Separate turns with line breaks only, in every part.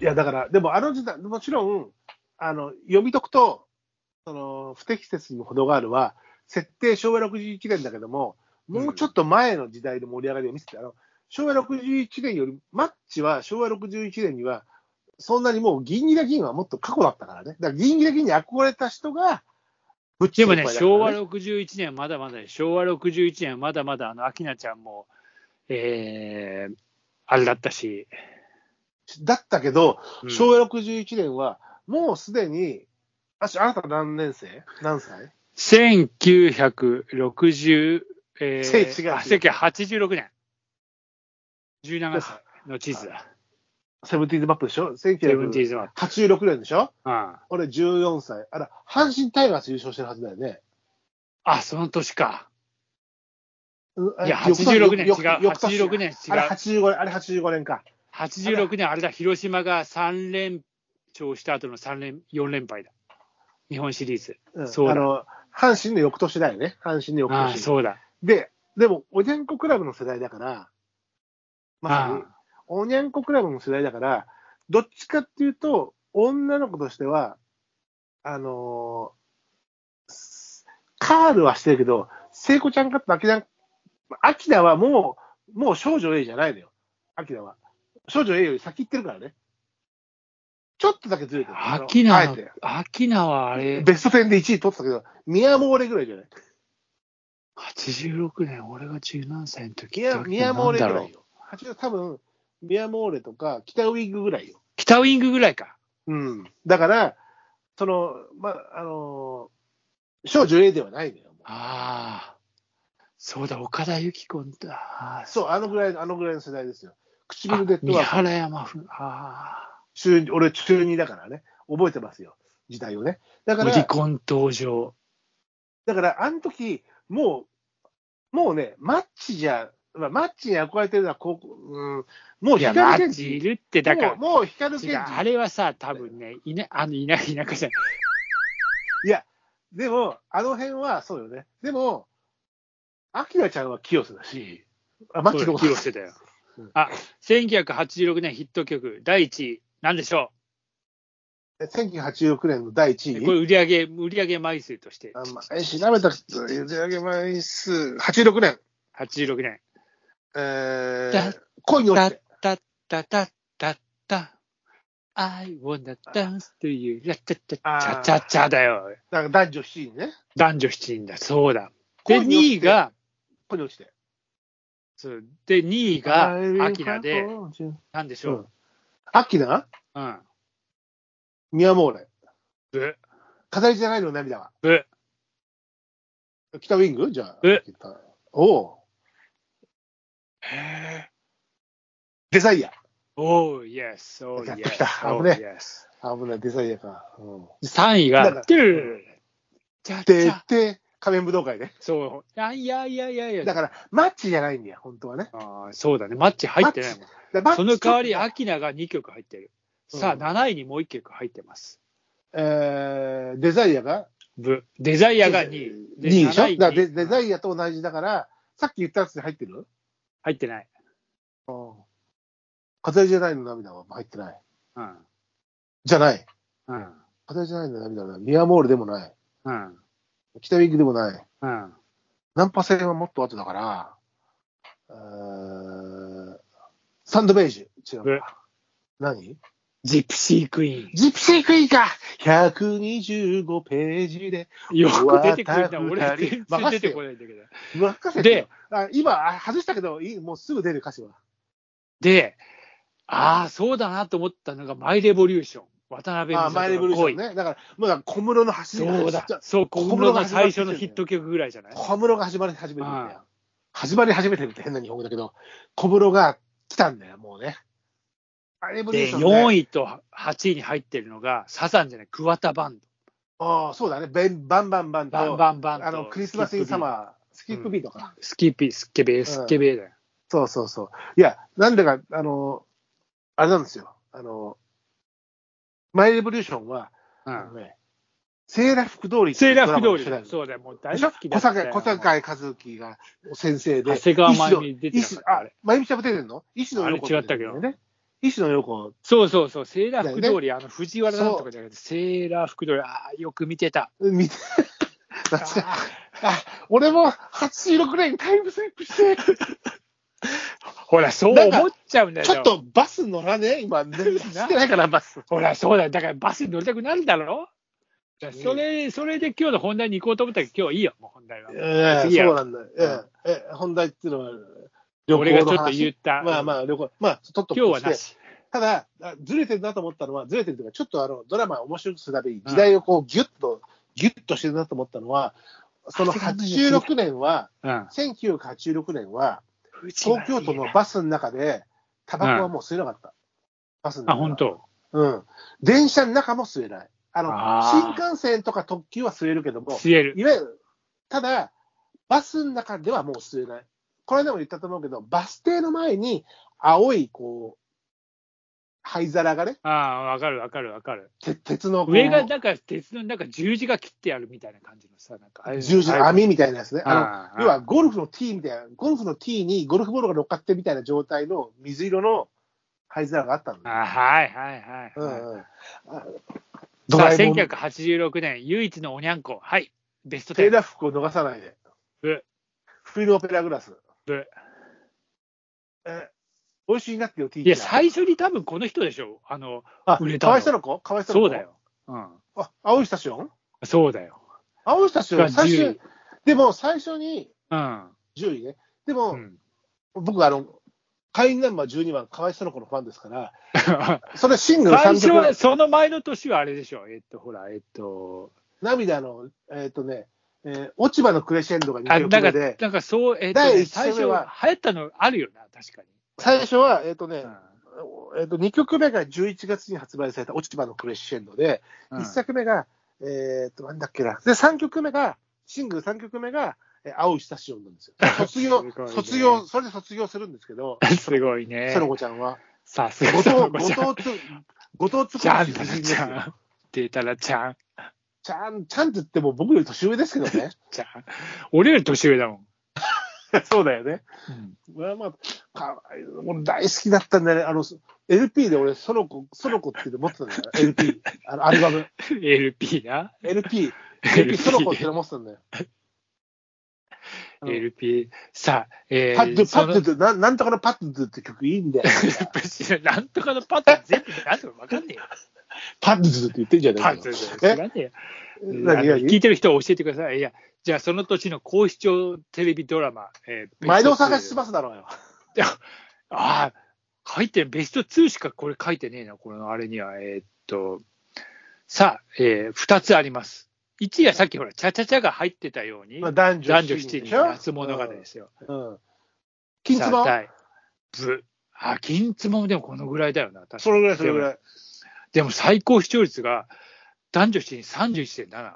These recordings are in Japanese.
や、だから、でもあの時代、もちろん、あの、読み解くと、その、不適切に程があるは、設定昭和61年だけども、もうちょっと前の時代で盛り上がりを見せて、あの、昭和61年より、マッチは昭和61年には、そんなにもう、銀ギラ銀はもっと過去だったからね。だから、銀ギラ銀に憧れた人が、ぶっ
でもね、昭和
の
61年はまだまだね、昭和61年はまだまだ、あの、明菜ちゃんも、えー、あれだったし、
だったけど、
うん
昭和61年は、もうすでに、あしあなた何年生何歳
1960、えー、
せ違う
あ1986年、17歳の地図だ、
セブンティーズマップでしょ
セブンティ
?1986
ーズマップ
年でしょ
うん
俺14歳。あら、阪神タイガース優勝してるはずだよね。
あ、その年か。
うん
いや、
あ翌年
86年違う、
翌翌年
86年違
あれ
う、
85年、あれ85年か。
86年、あれだ、広島が3連勝した後の3連、4連敗だ。日本シリーズ。
うん、
そうだ
あの、阪神の翌年だよね。阪神の翌
ああ、
年。
そうだ。
で、でも、おにゃんこクラブの世代だから、まさ
あ
に、おにゃんこクラブの世代だから、どっちかっていうと、女の子としては、あのーすカールはしてるけど、聖子ちゃんかとアキナ、アキナはもう、もう少女 A じゃないのよ。アキナは。少女 A より先行ってるからね。ちょっとだけずれてる。
あ、
の
秋
あ
名
え
の
て。、
秋名はあれ、
ベスト10で1位取ってたけど、ミアモーレぐらいじゃない
86年、俺が17歳の時
ミアミアモーレぐ
だ
ら
ろ
いよ。八月多分、ミアモーレとか、北ウィングぐらいよ。
北ウイングぐらいか。
うん。だから、その、まあ、あのー少女 A ではないのよ。
ああ。そうだ、岡田由紀子だ。ああ、
そう、あのぐらい、あのぐらいの世代ですよ。
あ
唇でと
三
は、
原山風。あ
中俺中2だからね、覚えてますよ。時代をね。だ
あ。
か
無離
ら、
婚登場。
だから、あの時、もう、もうね、マッチじゃ、まあ、マッチに憧れてるのは高校、うん、もう
いや、マ
光
ッ
源
チい
氏。
るって、だから。
もうもう光
違う
源氏
あ。れはさ、多分ね、いな、あの、いな、田舎じゃない。
でも、あの辺はそうよね。でも、アキラちゃんは清瀬だし、あ、マッチの
清瀬だよ
うん。
あ、1986年ヒット曲、第1位、なんでしょ
1986年の第
う
1
これ
位。
売り上げ、売り上げ枚数として、
あまえ調べたら、ゆで上げ枚数、86年、
86年。
え
だ
ー、恋に落
た
ち、
ってたったたったった。I wanna dance to you. ラッタッタ
あー
ッチャチャチャだよ。
だから男女7人ね、
男女7人だ。そうだ。で、
恋に落
2
ち
位
て
が、
恋に落ちて。
そうで、2位が、アキナで、、なんでし
うん
ょ。
アキナ
う。うん。
ミヤモーレ。
ぶ、
飾りじゃないの涙は。
ぶ。
北ウィングじゃあ。
え
おう
へ
デザイア。
ー。Oh, yes. Oh,
やっ
yes.
てきた
Oh,
危ね
yes.
あ危ない、デザイアか。うん。
3位
だ
が
から、
トゥルチャチ
で
ャ、
で、仮面武道会ね。
そう。あいやいやいやいや。
だから、マッチじゃないんだよ、本当はね。
あーそうだね。マッチ入ってないもん。
だからマッチ
その代わり、
ちょっと
アキナが2曲入ってる。さあ、
うん
7位にもう1曲入ってます。
えーデザイアが
ブデザイアが2位。
2位でしょ
7
だからデ
に
デザイアと同じだから、さっき言ったやつに入ってる
入ってない。
うん。片じゃないの涙は入ってない。
うん。
じゃない。
うん。
片じゃないの涙はない。ミアモールでもない。
うん。
北ウィングでもない。
うん。
ナンパ戦はもっと後だから、えーサンドベージュ。違う
え
か。何
ジプシークイ
ジプシークイーンか !125 ページで
ーン。よく出てくるな。
うわ
俺
た、二人
全然出てこないんだけど。
任せてよあ今、あ外したけど、いいもうすぐ出る歌詞は。
で、ああ、そうだなと思ったのが、マイレボリューション。渡辺美
あ
里の恋。
マイレボリューションね。だから、もうだから小室の走り
そうだ。そう、小室の最初のヒット曲ぐらいじゃない
小室が始まり始めてるんだ
はい
よ。始まり始めてるって変な日本語だけど、小室が来たんだよ、もうね。マイレボリュー
で、
ション、ね。
4
位。
位と8位に入ってるのが、サザンじゃない、桑田バン
ああ、そうだね。ベンバンバンバン
ド。
と、
バンバンバンと。
あの、クリスマスインサマー、スキップビートか。
スキッピー、スケベー、スケベーだよ。
そうそうそう。いや、なんだか、あの、あれなんですよ。あの、マイレボリューションは、
う
あの
ん。
ね、セーラ服通りって
セ
い
ー
うド
ラ
ラマ
ー
の
服
主
通
題歌
りだ。そうだよ、もう大
でしょ
好きだ
小
った
坂
よ。
小坂井和樹が先生で。
長谷川真由美出て
医
なか
師
っ
の
た。あ
あ
れ、
真由美ちゃんも出てるの医師の
あれ
横って
違ったけど
ね。石野陽子、
そうそうそう、セーラー
だ
服
よ
通り、あの藤原なんとかじゃなくて、セーラー服通り、ああ、よく見てた。
見て、
あ
懐かしい
ー
あ、俺も86年タイムスリップして、
ほら、そう
なんか
思っちゃうんだよ。
ちょっとバス乗らね 今、全然知ってないから、バス。
ほら、そうだよ。だからバスに乗りたくなるだろだからそれ、それで今日の本題に行こうと思ったけど、今日いいよ、もう本題は。
ええ
次や
そうなんだ。ええええ本題っていうのは、旅
俺が
行
ち
の
ょっと言
話。
った。
まあまあ、旅行。まあ、ちょっと
今日は
して
なし。
ただ、あずれてるなと思ったのは、ずれてるというか、ちょっとあのドラマを面白くするために、時代をこうギュッと、ギュッとしてるなと思ったのは、その86年は、
うん。
1986年は、
藤原
東京都のバスの中で、タバコはもう吸えなかった。バスの中
あ、
は
本当。
うん。電車の中も吸えない。あの、
あ
新
ー
幹線とか特急は吸えるけども、
吸える。
いわゆる、ただ、バスの中ではもう吸えない。これでも言ったと思うけど、バス停の前に青い、こう、灰皿がね、
ああ、わかるわかるわかる。
て鉄のこう
上が、なんか鉄の、なんか十字が切ってあるみたいな感じのさ、なんか。
十字の
あれ
網みたいなやつね。あ
あ
の要は、ゴルフのティーみたいな、ゴルフのティーにゴルフボールが乗っかってるみたいな状態の水色の灰皿があったん
あ、
だよ。
はいはいはいうはい。
んうん。あド
さあ、
ラえもん、テ
1986年、唯一のおにゃんこ。はい。ベスト
ー
10。
ラ服を逃さないで。
ブ
冬のオペラグラス。
ブ
え、美味しいなってよ、ティー
いや、最初に多分この人でしょ。あの、
あ、
売れた
か
の
わいそうな子かわいそうな子
そうだ。よ。うん。
あ、青いスタジオン
そうだよ。
青いスタジオン、
が
最
10
初、でも最初に
うん。
10位ね。で
う
も、
ん、
僕、あの、会員ナンバー12番、かわいそうな子のファンですから、それシングル
最
3
初
曲、
は、その前の年はあれでしょ。えっと、ほら、えっと、
涙の、えっ、とね、えー落ち葉のクレッシェンドが
あ
2
なん
曲
か、
目で、
なんかそう、えっと
第
ね、
一
最
声
初、流
は
行ったのあるよな、確かに。
最初は、えっ、とね、
う
えっと2曲目が11月に発売された落ち葉のクレッシェンドで、
ん
1作目が、えっ、と、なんだっけな、で、3曲目が、シングル3曲目が、えー青いスタジオンなんです よ。卒業、
すごいね
卒業、それで卒業するんですけど、
うん すごいね
そ。の子ちゃんは。
さす
後
が
藤
その、
後
ごちゃん。
藤つ、後藤つ
ちゃん
ち
た
ゃ
ら
ん、
ちゃん。でたらちゃん。
ちゃん、ちゃんって言っても僕より年上ですけど ね。
ちゃん。俺より年上だもん。
そうだよね。まあまあ、かわいい俺大好きだったんだよね。あの、LP で俺、ソロコ、ソロコっていうの持ってたんだよ。LP。あ の、アルバム。
LP な。
LP。LP
LP
ソロコっていうの持ってた んだよ。あの
LP。さあ、えー、
パッド、パ
その
ッドって、なんなんとかのパッドって曲いいんだよ。
なんとかのパッド全部なんとかわかんねえよ。
パッドって言ってんじゃねえ
パ
か
ッド
よ。
知らねえよ。あ
何
の聞
何
いてる人は教えてください。いや、じゃあその年の高視聴テレビドラマ。えー
毎度探しす
ベス
ばすだろうよ。
ト2ああ、書いてる。ベスト2しかこれ書いてねえな、このあれには。えーっと、さあ、えー、2つあります。1位はさっきほら、チャチャチャが入ってたように、
まあ男女
男女
七
7
で
人
しょ
夏物語ですよ。
うん。うん金
さ
つ
あ
ま
第ブあ、金つまもでもこのぐらいだよな、確か
それぐらい、それぐらい。
でも最高視聴率が男女7人31.7、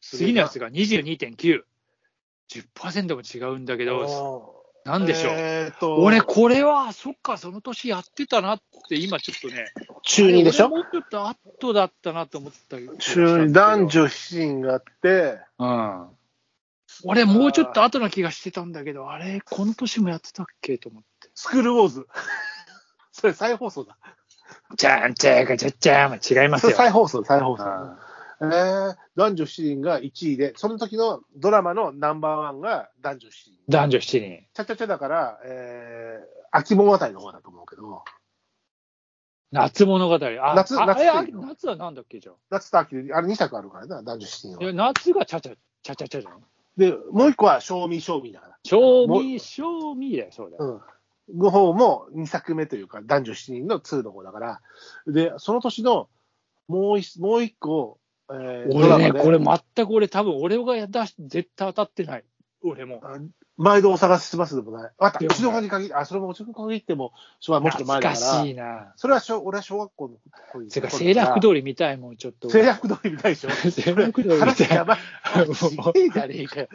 次のやつが22.9、10%も違うんだけど、な
なん
でしょう、
えーっと、
俺、これは、そっか、その年やってたなって、今ちょっと ね、
中二でしょ
俺もうちょっと後だったなと思ったけど
中二男、女7人があって、
うん、俺、もうちょっと後な気がしてたんだけど、あれ、この年もやってたっけと思って。
スクールウォーズ。 それ再放送だ。
じゃんじゃんじゃんじゃん、違いま
そ
す
れ
よ。
再放送、再放
う
送。
ん
えー男女7人が1位で、その時のドラマのナンバーワンが男女7人。
男女7人。
ちゃちゃちゃだから、えー、秋物語の方だと思うけど、
夏物語。あ
夏
あ
夏
えあ
っていうの
夏はなんだっけじゃん。
夏と秋で、あれ2作あるからな、男女7人
い
は。
や夏がちゃちゃ、ちゃちゃちゃじゃん。
で、もう一個は賞味賞味だから。
賞味、賞味だよ、そうだよ。
うん。の方も2作目というか、男女7人の2の方だから。で、その年のもう一もう一個、えー
俺ね、
ドラマで
これ全く俺、多分俺が出し、絶対当たってない。俺も。
あ毎度お探ししますでもない。わかった、
で
う
も
ちの方に限って、あ、それもうちの方に限っても、昭和もうちょっと
懐
前だ
か
から
し。いな。
それは小、俺は小学校の頃に。
てか、セーラー服通り見たいもん、ちょっと。
セーラー服通りみたいでしょ。
セーラー服通り見
話
た
や
い。
ばい。
もう
すげえじゃねえかよ。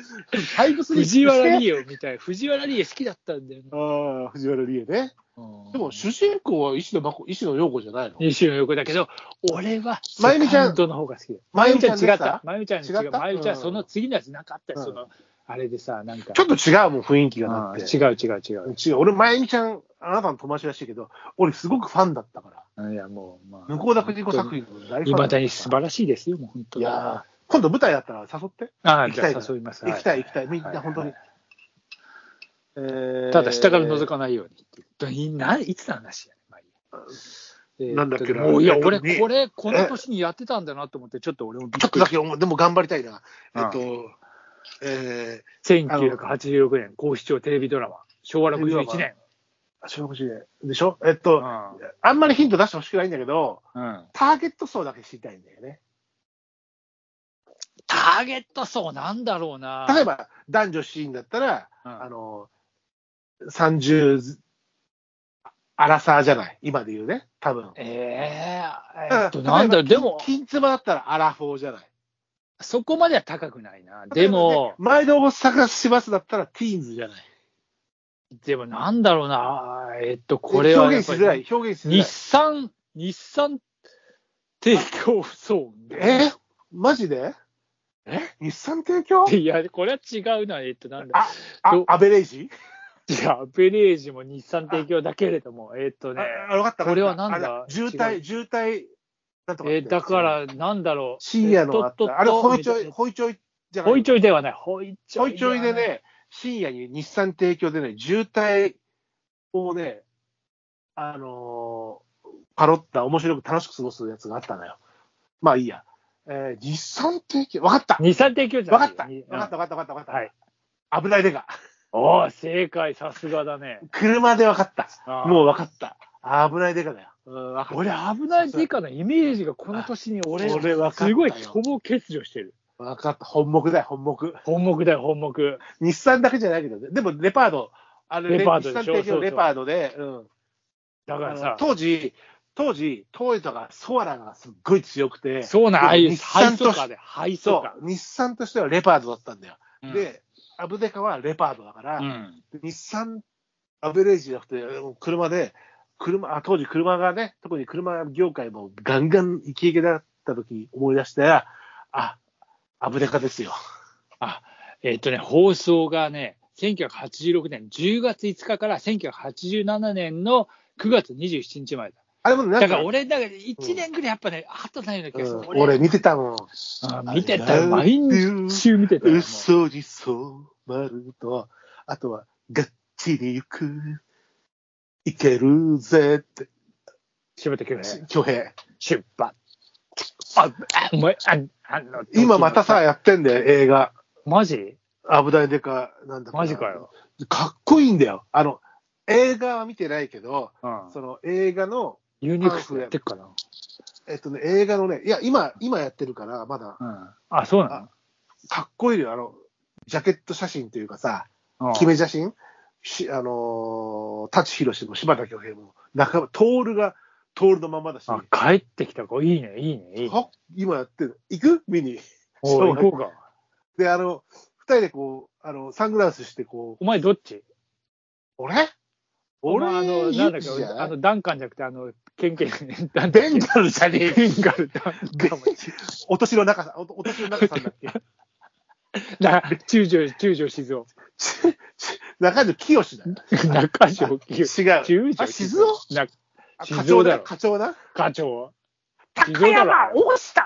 タイムスリップして
藤原理恵を見たい。藤原理恵好きだったんだよな。
ああ、藤原理恵ね。でも、主人公は石野真子、石野陽子じゃないの
西野横だけど、俺は、
まゆみちゃん
セカンドの方が好きだよ。
まゆみちゃん
まゆみちゃん違っ
でした
た。まゆみちゃん違
違
う。
った
まゆみちゃん、
うん
その次のやつなかったよ。
うん
その、あれでさ、なんか、
ちょっと違うもん、雰囲気がだって。
うん違う違う違う。
違う。俺、まゆみちゃん、あなたの友達らしいけど、俺すごくファンだったから。
いや、もう、まあ。
向田邦子作品の大ファン
いま
った
だに素晴らしいですよ、もう本当
い
に。
やー今度舞台やったら誘って。
ああ、
行き
じ
た
ゃ
い
あ誘います。
行きたい行きたい。
は
みんな本当に。。えー
ただ、下から覗かないようにっていうどいな。いつの話やねんまあいいやえー
なんだっけな
もういや、
えっと
俺、
ね
これ、この年にやってたんだなと思って、ちょっと俺もび
ちょ
っ
っ
く
と
り
だけ思う、でも頑張りたいな。
う
え
ん
っと、え
1986年、高視聴テレビドラマ、昭和61年。
ー、小学時代でしょえっと、
うん
あんまりヒント出してほしくないんだけど、
うん
ターゲット層だけ知りたいんだよね。
ターゲット層なんだろうな。
例えば、男女シーンだったら、
うん、
あの、30ず、アラサーじゃない今で言うね、多分。
えー、
うん
えっと、なんだろう、
例
で
えば
も、
金妻だったらアラフォーじゃない
そこまでは高くないな。でも、
毎度大阪しますだったらティーンズじゃない
でもなんだろうな。えっと、これは
表
やっ
現
ぱ
し
り
づらい、表現しづ
日
らい。
産、日産提供層。
えマジでえ日産提供
いや、これは違うな。えっと、なんだ。
あ、あ
ど
アベレージ
違う、アベレージも日産提供だけれども、えっとね、
あ、わかった。
これはなんだ
あれ渋
違
滞、
う
渋滞、なんとかって
えーだか、ら、なんだろう。
深夜のあっ
えっとっとっと
た。あれ、ホイチョイ、ホイチョイじゃない
ホイチョイではない。ホイチョイ。
ホイチョイで。ね、深夜に日産提供でね、渋滞をね、あのーパロった、面白く楽しく過ごすやつがあったのよ。まあいいや。えー日産提供、わかった
日産提供じゃ
わ
な
か
い
ったわ
よ。
かったわかったわかったわかった。
はい。
危ないでか。
おお、正解、さすがだね。
車でわかった。
も
もうわかった。危ないでかだよ。うん、わ
う、
かっ
俺、危ないデカのイメージがこの年に俺、
た。俺わかった
すごい、ほ
よ
ぼ欠如してる。
わかった。本目だよ、本目。
本目だよ、本目。
日産だけじゃないけどね。でも、レパード。あれ
レパードでし
日産提
ょそうそ
供
う
レパードで、うん。
だから
あの
さ、
当時、当時、トヨタがソアラがすっごい強くて、
そうなん、ああいう
日
ハイ
産
ソ
と
カで、ハイソ
そ
カ。
う、日産としてはレパードだったんだよ。
うん、
で、アブデカはレパードだから、
うん。
日産、アベレージじゃなくて、車で、車あ当時、車がね、特に車業界もガンガンイケイケだった時思い出したら、あアブデカですよ。
えっとね、放送がね、1986年10月5日から1987年の9月27日までだ。
あれもなんか、
だから俺、だから1年ぐらいやっぱね、あったないような気がす
う
る
ん。俺見てたもん。
あ見てたよ、毎週見てたよ。もう
嘘に染まると、あとは、がっちり行く、いけるぜって、
柴田恭平。
巨兵。
出発。あ、あお前、あ、あの、
今またさ、、やってんだよ、映画。
マジ
危ないでか、なんだな
マジかよ。。
かっこいいんだよ。あの、映画は見てないけど、
うん
その映画の、
ユニークスやってっかな。
えっとね、映画のね、いや、今、今やってるから、まだ、
うん。あ、そうな
かっこいいよ。あの、ジャケット写真というかさ、
の
決め写真、しあのー、舘ひろしも柴田恭平も、中村徹が徹のままだし、
あ、帰ってきた子、いいね、いいね、いいね。
は今やってる、行く見に。
お
そう
い、行こうか。
で、あの、二人でこう、あの、サングラスしてこう、
お前、どっち
俺俺、
お前あの、
ユ
なんだ
ッ
っ
チじ
け、
ゃ
あ
ない
の、ダンカンじゃなくて、あの、ケンケン、ダン
ベンガルじゃねえ
ベンガル、ダンカンも。
お年の中さん、おお年の中さんだっ け
だから中条、中条静雄。
中条清だよ。
中条清。
違う。
中条
あ静雄
な
あ
静
課
雄
長
だ
だ、
ろ
課長だ。
課長。静
高
雄だろ
山、大下